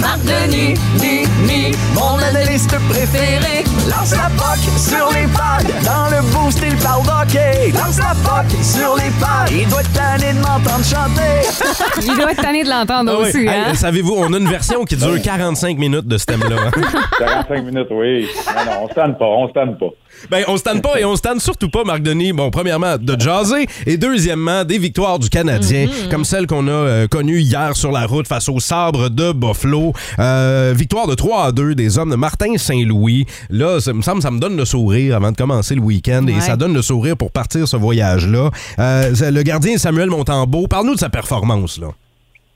I: Marc Denis, ni, ni, mon analyste préféré. Lance la POC sur les pads, dans le boost, il parle d'hockey. Lance la POC sur les pads, Il doit être tanné de m'entendre chanter.
G: Il doit être tanné de l'entendre
E: Ah oui.
G: aussi,
E: Hey,
G: hein?
E: Savez-vous, on a une version qui
M: (laughs)
E: dure 45 minutes de ce thème-là. hein.
M: 45 minutes, oui. Non, non, on se tanne pas, on se tanne pas.
E: Ben, on se tanne pas et on se tanne surtout pas, Marc Denis. Bon, premièrement, de jaser et deuxièmement, des victoires du Canadien,
G: Mhm.
E: comme celle qu'on a euh, connue hier sur la route face au sabre de Buffalo. Euh, victoire de 3 à 2 des hommes de Martin Saint-Louis. Là, ça me semble, ça me donne le sourire avant de commencer le week-end et
N: Ouais.
E: ça donne le sourire pour partir ce voyage-là. Euh, c'est le gardien Samuel Montembeau, parle-nous de sa performance, là.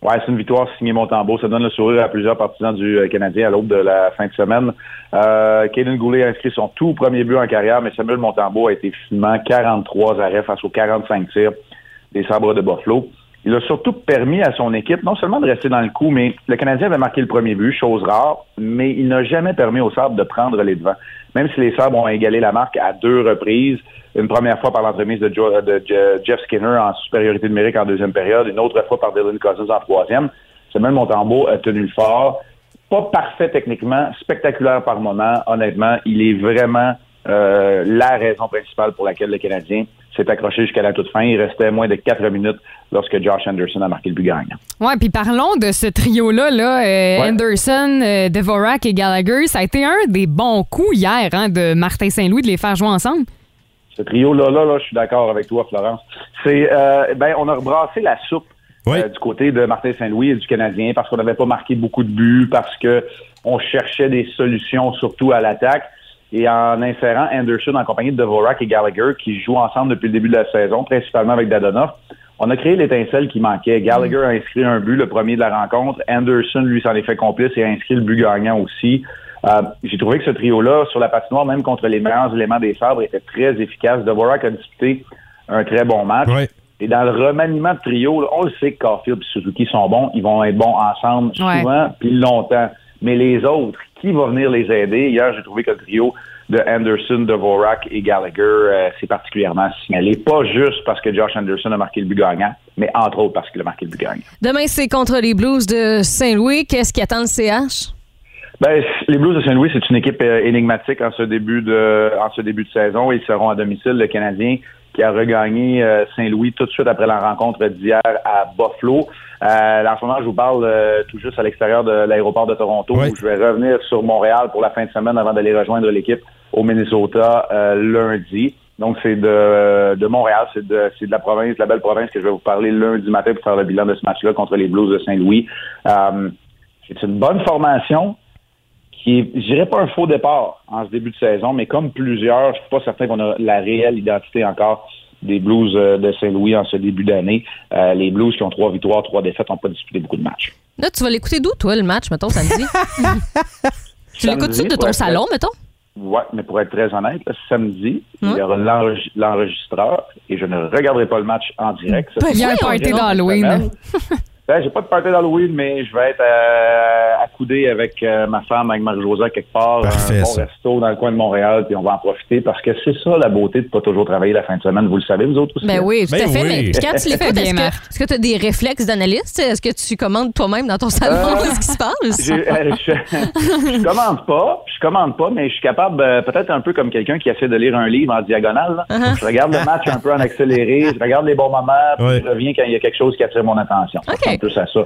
M: Ouais, c'est une victoire signée Montembeau. Ça donne le sourire à plusieurs partisans du euh, Canadien à l'aube de la fin de semaine. Euh, Kaylin Goulet a inscrit son tout premier but en carrière, mais Samuel Montembeau a été finalement 43 arrêts face aux 45 tirs des sabres de Buffalo. Il a surtout permis à son équipe non seulement de rester dans le coup, mais le Canadien avait marqué le premier but, chose rare, mais il n'a jamais permis aux sabres de prendre les devants. Même si les sabres ont égalé la marque à deux reprises, une première fois par l'entremise de, Jo- euh, de Je- Jeff Skinner en supériorité numérique en deuxième période, une autre fois par Dylan Cousins en troisième. Samuel Montembeau a tenu le fort. Pas parfait techniquement, spectaculaire par moment. Honnêtement, il est vraiment euh, la raison principale pour laquelle le Canadien s'est accroché jusqu'à la toute fin. Il restait moins de quatre minutes lorsque Josh Anderson a marqué le but gagnant.
G: Ouais, puis parlons de ce trio-là, là, euh,
M: Ouais.
G: Anderson, euh, Dvorak et Gallagher. Ça a été un des bons coups hier hein, de Martin Saint-Louis de les faire jouer ensemble.
M: Ce trio-là, là, là, je suis d'accord avec toi, Florence. C'est, euh, ben, on a rebrassé la soupe euh, du côté de Martin Saint-Louis et du Canadien parce qu'on n'avait pas marqué beaucoup de buts, parce que on cherchait des solutions surtout à l'attaque. Et en insérant Anderson en compagnie de Dvorak et Gallagher, qui jouent ensemble depuis le début de la saison, principalement avec Dadonoff, on a créé l'étincelle qui manquait. Gallagher a inscrit un but, le premier de la rencontre. Anderson, lui, s'en est fait complice et a inscrit le but gagnant aussi. Euh, J'ai trouvé que ce trio-là, sur la patinoire, même contre les meilleurs éléments des sabres, était très efficace. Dvorak a disputé un très bon match. Et dans le remaniement de trio, là, on le sait que Caulfield et Suzuki sont bons. Ils vont être bons ensemble
O: Ouais.
M: souvent puis longtemps. Mais les autres, qui va venir les aider? Hier, j'ai trouvé que le trio de Anderson, Dvorak et Gallagher euh, s'est particulièrement signalé. Pas juste parce que Josh Anderson a marqué le but gagnant, mais entre autres parce qu'il a marqué le but gagnant.
F: Demain, c'est contre les Blues de Saint-Louis. Qu'est-ce qui attend le CH?
M: Ben, les Blues de Saint-Louis, c'est une équipe euh, énigmatique en ce début de en ce début de saison. Ils seront à domicile. Le Canadien qui a regagné euh, Saint-Louis tout de suite après la rencontre d'hier à Buffalo. Euh, en ce moment, je vous parle euh, tout juste à l'extérieur de l'aéroport de Toronto. où Je vais revenir sur Montréal pour la fin de semaine avant d'aller rejoindre l'équipe au Minnesota euh, lundi. Donc, c'est de, de Montréal, c'est de, c'est de la province, de la belle province que je vais vous parler lundi matin pour faire le bilan de ce match-là contre les Blues de Saint-Louis. Euh, c'est une bonne formation qui est, je dirais pas un faux départ en ce début de saison, mais comme plusieurs, je suis pas certain qu'on a la réelle identité encore des Blues euh, de Saint-Louis en ce début d'année. Euh, les Blues qui ont trois victoires, trois défaites, n'ont pas disputé beaucoup de matchs.
F: Là, tu vas l'écouter d'où, toi, le match,
E: (laughs)
F: mettons, samedi? tu l'écoutes-tu
M: Samedi,
F: de
M: pour
F: ton
M: être-
F: salon, mettons? Hein?
M: Ouais, mais pour être très honnête, là, samedi, il y aura l'enreg- l'enregistreur et je ne regarderai pas le match en direct. Ça,
G: Il y a un
M: c'est
G: party
M: une semaine.
G: d'Halloween.
M: Ben, j'ai pas de party d'Halloween, mais je vais être euh, accoudé avec euh, ma femme, avec Marie-Josée, quelque part, un bon
E: ça.
M: resto dans le coin de Montréal, puis on va en profiter parce que c'est ça la beauté de pas toujours travailler la fin de semaine. Vous le savez, vous autres aussi.
F: Ben
M: hein?
F: oui, tout à fait. Mais quand tu l'écoutes,
M: Bien
F: est-ce que-
M: marre.
F: est-ce que tu as des réflexes d'analyste? Est-ce que tu commandes toi-même dans ton salon
M: Euh,
F: ce qui se
M: J'ai- euh,
F: passe?
M: je, je (laughs) commande pas, je commande pas, mais je suis capable, euh, peut-être un peu comme quelqu'un qui essaie de lire un livre en diagonale. là.
F: Uh-huh.
M: Je regarde le match un peu en accéléré, je regarde les bons moments, puis je reviens quand il y a quelque chose qui attire mon attention. Ça ressemble plus à ça.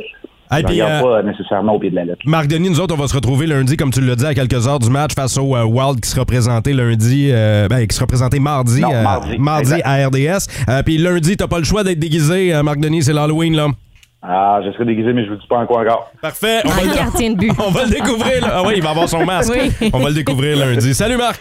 E: Hey,
M: je
E: puis,
M: regarde
E: euh,
M: pas nécessairement au pied de la lettre.
E: Marc Denis, nous autres, on va se retrouver lundi, comme tu l'as dit, à quelques heures du match face au euh, Wild qui sera présenté lundi, euh, ben, qui sera présenté mardi,
M: Non,
E: euh,
M: mardi, exact.
E: à RDS. Euh, Puis lundi, t'as pas le choix d'être déguisé, euh, Marc Denis, c'est l'Halloween, là.
M: Ah, je serai déguisé, mais je vous dis pas encore encore.
E: Parfait. On
F: Un
E: va, le,
F: gardien de but.
E: (laughs) on va le découvrir, là. Ah oui, il va avoir son masque.
A: Oui.
E: On va le découvrir lundi. Salut, Marc.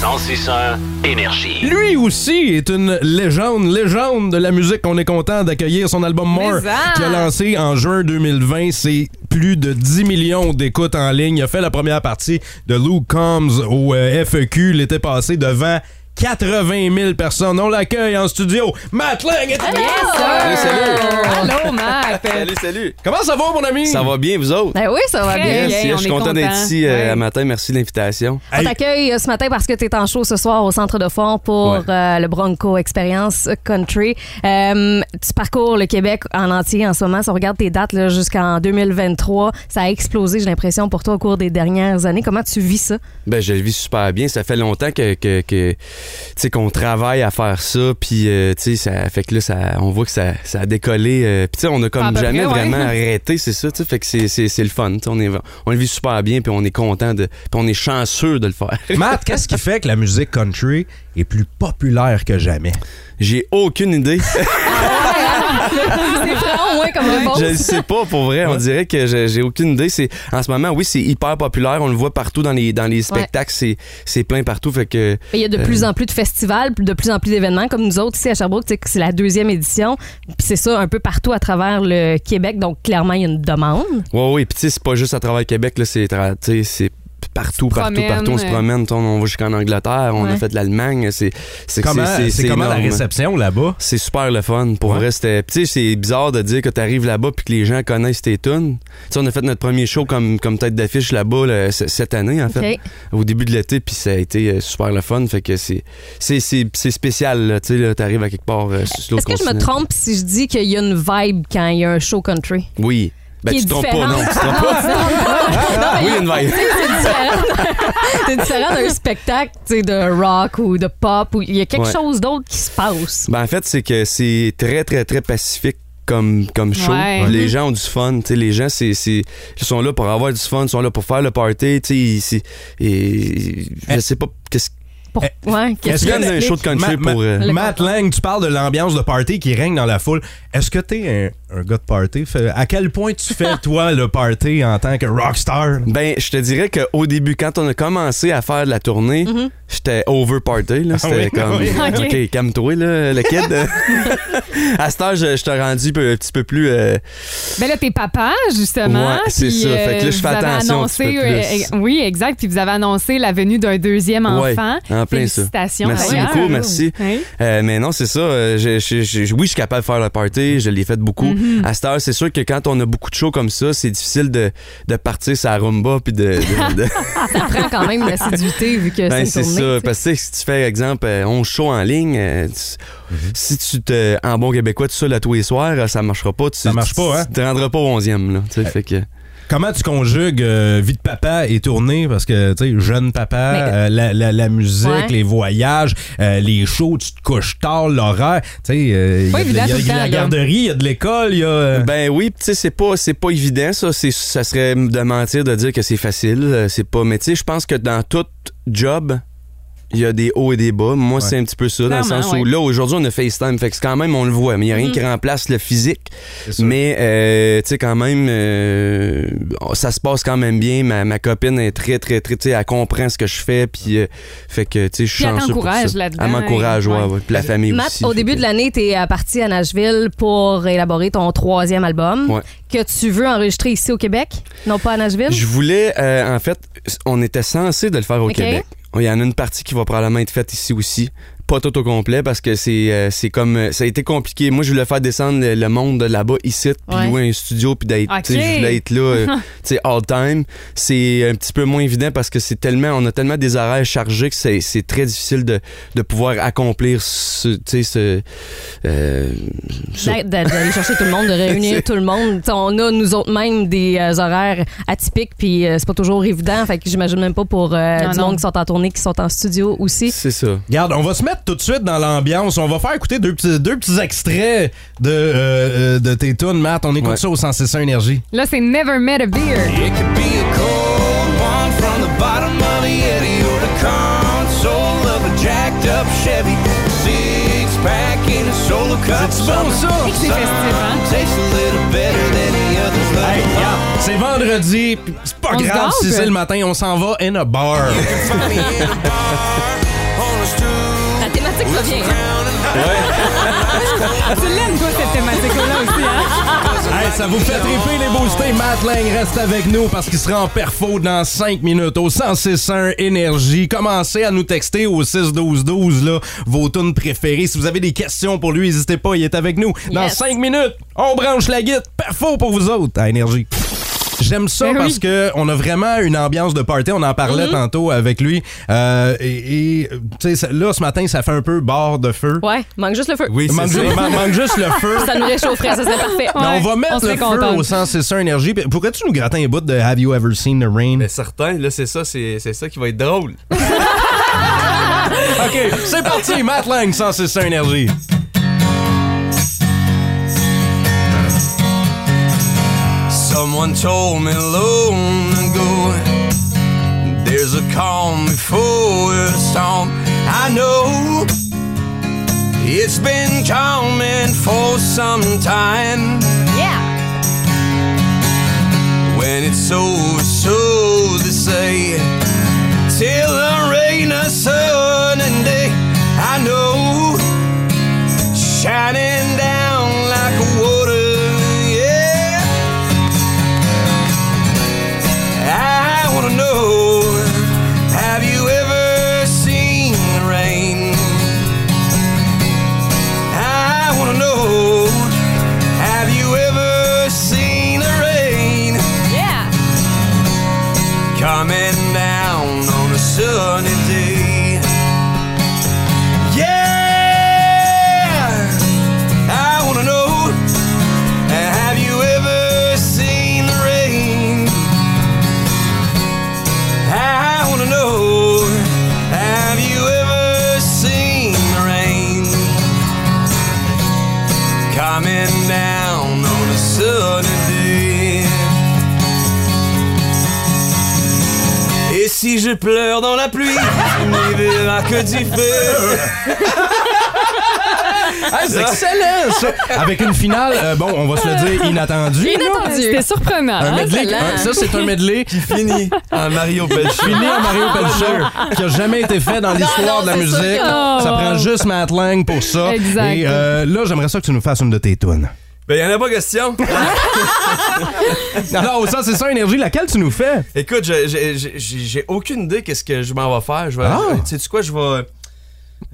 D: 1061 Énergie.
E: Lui aussi est une légende, légende de la musique. On est content d'accueillir son album More,
D: Mais ah!
E: qui a lancé en juin 2020. C'est plus de 10 millions d'écoutes en ligne. Il a fait la première partie de Lou Combs au euh, FEQ l'été E passé devant 80 000 personnes. On l'accueille en studio. Matt Lang est avec
G: Yes,
E: nous.
G: sir.
E: Salut, salut.
G: Allô, Matt.
N: (laughs) Salut, salut.
E: Comment ça va, mon ami?
N: Ça va bien, vous autres?
F: Ben oui, ça va bien.
N: Yes, yes, je suis content d'être ici euh, à matin. Merci de l'invitation.
F: On t'accueille euh, ce matin parce que tu es en show ce soir au Centre de Fort pour
N: Ouais.
F: euh, le Bronco Experience Country. Euh, tu parcours le Québec en entier en ce moment. Si on regarde tes dates là, jusqu'en 2023, ça a explosé, j'ai l'impression, pour toi au cours des dernières années. Comment tu vis ça?
N: Ben, je le vis super bien. Ça fait longtemps que, que, que, tu sais, qu'on travaille à faire ça. Puis, euh, tu sais, ça fait que là, ça, on voit que ça, ça a décollé. euh, puis, tu sais, on a
D: À
N: comme
D: peu
N: jamais
D: près, ouais.
F: (laughs)
N: vraiment arrêté, c'est ça. Tu sais, fait que c'est, c'est, c'est le fun. Tu sais, on, est, on le vit super bien, puis on est content de. Puis, on est chanceux de le faire.
E: Matt, qu'est-ce qui fait que la musique country est plus populaire que jamais?
N: J'ai aucune
G: (laughs)
N: idée.
F: C'est vraiment moins comme réponse.
N: Je ne sais pas, pour vrai. On dirait que je- j'ai aucune idée. C'est en ce moment, oui, c'est hyper populaire. On le voit partout dans les dans les spectacles. C'est c'est plein partout. Fait que euh,
F: Mais Il y a de plus en plus de festivals, de plus en plus d'événements, comme nous autres ici à Sherbrooke, tu sais que c'est la deuxième édition. Puis c'est ça un peu partout à travers le Québec, donc clairement, il y a une demande.
N: Ouais, ouais. Puis tu sais, c'est pas juste à travers le Québec. Là, c'est tra- tu sais, c'est partout,
F: se
N: partout,
F: promène,
N: partout. On se
F: euh.
N: promène. Tu sais, On va jusqu'en Angleterre. On
F: Ouais.
N: a fait de l'Allemagne. C'est c'est
E: Comment- c'est comment la
N: réception
E: là-bas
N: C'est super le fun. Pour vrai, c'était. puis Tu sais, c'est bizarre de dire que tu arrives là-bas puis que les gens connaissent tes tunes. Tu sais, on a fait notre premier show comme comme tête d'affiche là-bas là, c- cette année en fait.
F: Ok.
N: au début de l'été, puis ça a été euh, super le fun. Fait que c'est, c'est, c'est, c'est spécial, là, tu sais, là, t'arrives à quelque part euh, sur
F: Est-ce
N: l'autre
F: que je me
N: continent.
F: trompe si je dis qu'il y a une vibe quand il y a un show country?
N: Oui. Ben,
F: Qui
N: tu
F: est
N: te trompes pas,
F: différente.
N: non, tu te trompes
F: Non, tu te trompes pas.
N: pas.
F: Non,
N: oui,
F: mais-
N: une vibe.
F: (laughs) C'est différent d'un spectacle tu sais, de rock ou de pop ou il y a quelque
N: Ouais.
F: chose d'autre qui se passe.
N: Ben, en fait, c'est que c'est très, très, très pacifique comme, comme show.
F: Ouais.
N: Les gens ont du fun. tu sais, Les gens, c'est, c'est- ils sont là pour avoir du fun, ils sont là pour faire le party. tu sais, ils- c'est- et,
E: Eh.
N: je sais pas qu'est-ce
F: Ouais,
N: qu'est-ce que- un show de
E: Ma-
N: country
E: ma-
N: pour, euh,
E: Matt Lang, tu parles de l'ambiance de party qui règne dans la foule. Est-ce que t'es un, un gars de party? Fait- À quel point tu
G: (laughs)
E: fais, toi, le party en tant que rockstar?
N: Ben, je te dirais qu'au début, quand on a commencé à faire de la tournée,
F: Mm-hmm.
N: j'étais over party. Là.
E: Ah
N: C'était
E: oui,
N: comme,
E: ah oui.
N: OK, calme-toi, là, le
F: (laughs)
N: kid. à cet âge, je t'ai rendu peu- un petit peu plus. euh,
G: Ben là, t'es papa, justement.
N: Ouais, c'est
G: puis, euh,
N: ça. Fait que là, je
G: vous
N: fais
G: avez
N: attention un
G: annoncé-
N: petit peu plus.
G: euh, euh, oui, exact. Puis vous avez annoncé la venue d'un deuxième
N: ouais,
G: enfant.
N: en plein ça.
G: Félicitations.
N: Merci
G: d'ailleurs.
N: beaucoup, merci.
G: (laughs) Oui.
N: Euh, mais non, c'est ça. euh, je- je- je- oui, je suis capable de faire le party. Je l'ai fait beaucoup.
E: Mm-hmm.
G: Mhm.
N: À cette heure, c'est sûr que quand on a beaucoup de shows comme ça, c'est difficile de, de partir sa rumba puis de-
E: (laughs)
N: de-
G: (laughs)
N: de...
F: Ça prend quand même l'assiduité vu que
N: Ben,
F: c'est
N: c'est
F: une tournée.
N: ça. Parce que tu sais, si tu fais, exemple, euh, 11 shows en ligne, euh, tu-
E: Mm-hmm.
N: si tu te. En bon québécois, tu seules à tous les soirs, euh, ça marchera pas. Tu,
E: Ça marche
N: tu-
E: pas, hein? Euh,
N: Tu te rendras pas au 11e, là. tu sais, fait que.
E: Comment tu conjugues euh, vie de papa et tournée? Parce que, tu sais, jeune papa, euh, la, la- la musique,
G: Ouais.
E: les voyages, euh, les shows, tu te couches tard, l'horaire. Tu sais, euh, il y
N: Pas
E: a de- il y
N: évident
E: a,
N: tout le
E: il y a de
N: temps,
E: la
N: là.
E: garderie, il y a de l'école, il y a. euh,
N: Ben oui, pis tu sais, c'est pas, c'est pas évident, ça. C'est, ça serait de mentir de dire que c'est facile. euh, C'est pas. Mais tu sais, je pense que dans tout job, il y a des hauts et des bas. Moi, c'est un petit peu ça, dans le
D: Clairement,
N: sens
D: ouais.
N: où là, aujourd'hui, on a FaceTime. Fait que c'est quand même, on le voit, mais il n'y a
F: Mm-hmm.
N: rien qui remplace le physique. Mais, euh, tu sais, quand même, euh, ça se passe quand même bien. Ma, ma copine est très, très, très, tu sais, elle comprend ce que je fais. Puis, euh, fait que, tu sais, je suis
F: Puis elle
N: chanceux. pour ça.
F: t'encourage là-dedans,
N: Elle m'encourage, ouais,
F: ouais.
N: ouais. Puis la famille
F: Matt,
N: aussi.
F: au
N: fait
F: début
N: que-
F: de l'année, tu es parti à Nashville pour élaborer ton troisième album
N: Ouais.
F: que tu veux enregistrer ici au Québec, non pas à
D: Ah
F: Nashville.
N: Je voulais, euh, en fait, on était censé de le faire au
F: Ok.
N: Québec. Il y en a une partie qui va probablement être faite ici aussi. Pas tout au complet parce que c'est euh, c'est comme. euh, Ça a été compliqué. Moi, je voulais faire descendre le, le monde de là-bas ici, puis
D: Ouais.
N: louer un studio, puis d'être.
D: Ok.
N: tu sais, Je voulais être
D: (laughs)
N: là, euh, tu sais, all time. C'est un petit peu moins évident parce que c'est tellement. On a tellement des horaires chargés que c'est c'est très difficile de, de pouvoir accomplir ce. Tu sais, ce. euh, ça.
F: Ben, D'a- d'a- D'aller chercher tout le
N: (laughs)
F: monde, de réunir
N: C'est-
F: tout le monde. T'sais, on a nous autres même des euh, horaires atypiques, puis euh, c'est pas toujours évident. Fait que j'imagine même pas pour euh,
N: Non,
F: du
N: non.
F: monde qui sont en tournée, qui sont en studio aussi.
N: C'est ça.
E: Regarde, on va se mettre tout de suite dans l'ambiance. On va faire écouter deux petits, deux petits extraits de, euh, euh, de tes tunes, Matt. On écoute ça au 161 Énergie.
G: Là, c'est Never Met a Beer.
I: One from the bottom of the eddy or the console of a jacked up Chevy. Six pack in a solar cup.
E: C'est bon, ça?
I: Some Tastes a little better than the others. but
E: Hey, regarde, (laughs) c'est vendredi, pis c'est pas
I: On se
E: grave si
I: gâte.
E: c'est le matin, on s'en va in a bar.
I: you can find me in a bar on a stool.
F: La thématique
G: thématique va bien.
I: hein?
F: (laughs)
G: tu l'aimes, toi, cette thématique-là aussi, hein?
E: (laughs) Hey, ça vous fait triper les boostés. Matt Lang reste avec nous parce qu'il sera en perfo dans 5 minutes au 1061 Énergie. Commencez à nous texter au 61212 là, vos tunes préférées. Si vous avez des questions pour lui, n'hésitez pas, il est avec nous. Dans
B: Yes.
E: 5 minutes, on branche la guide. Perfo pour vous autres à Énergie. J'aime ça
B: Ben oui.
E: parce que on a vraiment une ambiance de party. On en parlait
B: Mhm.
E: tantôt avec lui. Euh, et et, tu sais, ça- là, ce matin, ça fait un peu bord de feu.
F: Ouais, manque juste le feu.
E: Oui, c'est Manque ça. ju- man- manque juste le feu.
F: Ça nous réchaufferait, ça serait parfait.
E: Mais Ben, on va mettre le feu au sens c'est ça énergie. Puis Pourrais-tu nous gratter un bout de Have You Ever Seen the Rain?
O: Certain, là, c'est ça, c'est c'est ça qui va être drôle.
G: (laughs)
E: OK, c'est parti, Matt Lang, sans c'est ça énergie.
I: Someone told me long ago There's a calm before a storm I know It's been coming for some time Yeah When it's over so they say Till the rain or sun and day I know Shining down like water Yeah I wanna know Have you ever seen the rain? I wanna know Have you ever seen the rain? Yeah. Coming down on a sunny day. Yeah. I wanna know Have you ever seen the rain? I wanna know Have you ever seen the rain coming down on a sunny day? Et si je pleure dans la pluie, tu n'y verras que du feu.
E: Ah, c'est excellent, ça! Avec une finale, euh, bon, on va se le dire, inattendue. là.
G: C'était surprenant.
E: Un
B: Ah,
G: hein,
E: medley,
G: celle-là.
E: un- ça c'est un medley qui finit
O: en Mario Ah, Pelchot.
E: Fini en Mario
G: Ah,
E: Pelchot, qui a jamais été fait dans
B: Non,
E: l'histoire
B: Ah, non,
E: de la
B: c'est sûr
E: musique.
B: que non.
E: Ça prend juste Matt Lang pour ça.
O: Exact.
E: Et euh, là, j'aimerais ça que tu nous fasses une de tes tunes.
O: Ben, y'en a pas
E: (laughs)
O: question.
E: Non, ça, c'est ça, énergie. Laquelle tu nous fais?
O: Écoute, je- je- je- j'ai j'ai aucune idée qu'est-ce que je m'en vais faire. Je vais,
E: Ah!
O: je- sais-tu quoi, je vais.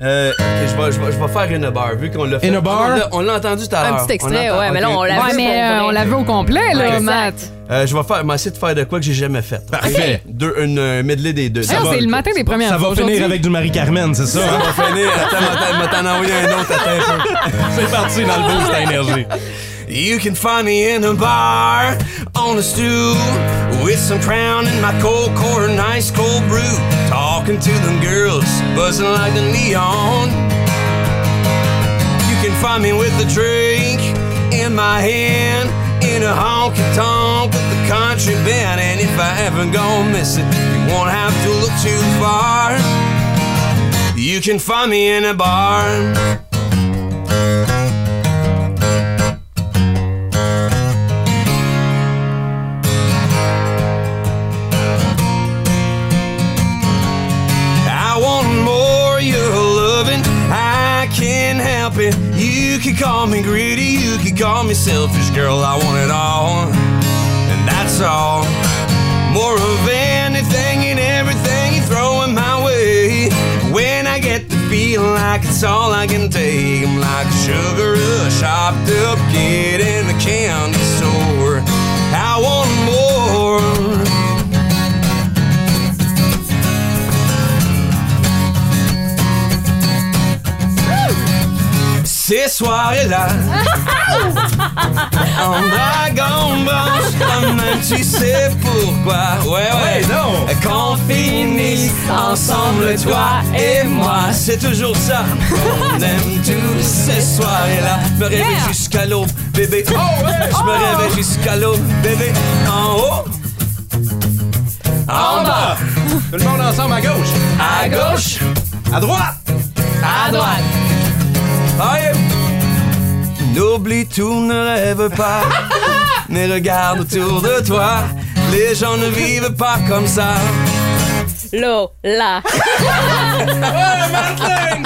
O: euh, ok, je, vais, je, vais, je vais faire In a Bar, vu qu'on l'a fait.
E: In a Bar?
O: On l'a- On l'a entendu tout à
G: Un
O: l'heure.
G: petit extrait,
O: On l'entend-
G: ouais, mais là,
O: ok.
G: on l'a
O: Ouais,
G: vu.
O: mais-
G: Mais euh, on l'avait au complet, là,
O: Ok.
G: Matt.
O: Euh, je vais faire, m'essayer de faire de quoi que j'ai jamais fait.
E: Parfait.
O: Deux, une euh, medley des deux.
G: Hey, on, C'est le matin des premières
E: Ça va finir avec du Marie-Carmen, c'est ça?
O: Ça
E: hein?
O: va finir. Attends, attends, attends, t'en envoyer un autre. Attends un peu.
E: C'est parti dans le boost à énergie.
I: You can find me in a bar on a stool with some crown and my cold core and ice cold brew. Talking to them girls, buzzing like the neon. You can find me with a drink in my hand in a honky tonk with the country band. And if I ever gonna miss it, you won't have to look too far. You can find me in a bar. I want more of your loving. I can't help it. You can call me greedy, you can call me selfish, girl. I want it all, and that's all. More of anything and everything you throw in my way. When I get to feel like it's all I can take, I'm like sugar rush, hopped up kid in the candy store. I want more. Ces soirées-là, on dragon branche comme un tu sais pourquoi. Ouais, ouais, non. Qu'on finisse ensemble, toi et moi, c'est toujours ça. On aime tous ces soirées-là. Je me réveille jusqu'à l'aube, bébé. Oh, Je me réveille jusqu'à l'aube, bébé. En haut, en bas,
E: Tout le monde ensemble à gauche.
I: à gauche,
E: à droite,
I: à droite. Ah, yeah. N'oublie tout, ne rêve
G: (laughs)
I: pas,
G: (laughs)
I: mais regarde autour de toi. Les gens ne vivent pas comme ça.
F: Lola.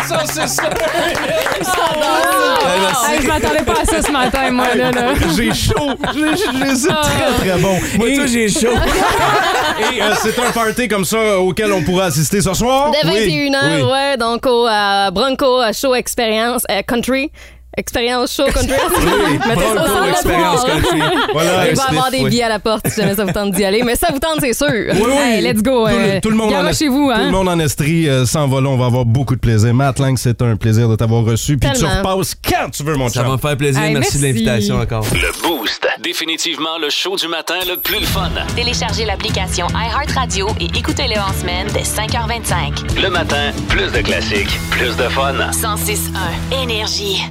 E: ça, c'est ça.
G: Hey, je m'attendais pas à ça ce matin, moi. Là, là. Ah.
E: J'ai chaud. J'ai- j'ai- C'est très, très bon.
N: Moi,
E: Et-
N: toi,
E: (laughs)
N: j'ai chaud.
E: Et euh, c'est un party comme ça euh, auquel on pourra assister ce soir.
F: Dès 21h,
E: Ah, Oui, oui.
F: ouais, donc au euh, Bronco euh, Show Experience euh, Country. Expérience Show Country.
E: Oui,
F: Mais (laughs) c'est
E: Bronco
F: au centre
E: Experience
F: Lapointe.
E: Country. Voilà,
F: Il va
E: un
F: y avoir
E: sniff,
F: des
E: oui.
F: billets à la porte si jamais ça vous tente d'y aller. Mais ça vous tente, c'est sûr.
E: Oui, oui.
G: Hey, let's go.
E: Tout
G: euh,
E: le, tout le monde en est-
G: garochez vous,
E: tout
G: hein?
E: le monde en estrie euh, s'en va là. On va avoir beaucoup de plaisir. Matt Lang, c'est un plaisir de t'avoir reçu. Puis tu
B: Tellement.
E: repasses quand tu veux, mon
O: Ça
E: chum.
O: va me faire plaisir.
B: Hey,
O: merci de
B: merci.
O: l'invitation encore.
B: Le Boost. Définitivement le show du matin le plus le fun.
A: Téléchargez l'application iHeartRadio et écoutez-le en semaine dès 5h25.
B: Le matin, plus de classiques, plus de fun.
A: 106.1 Énergie.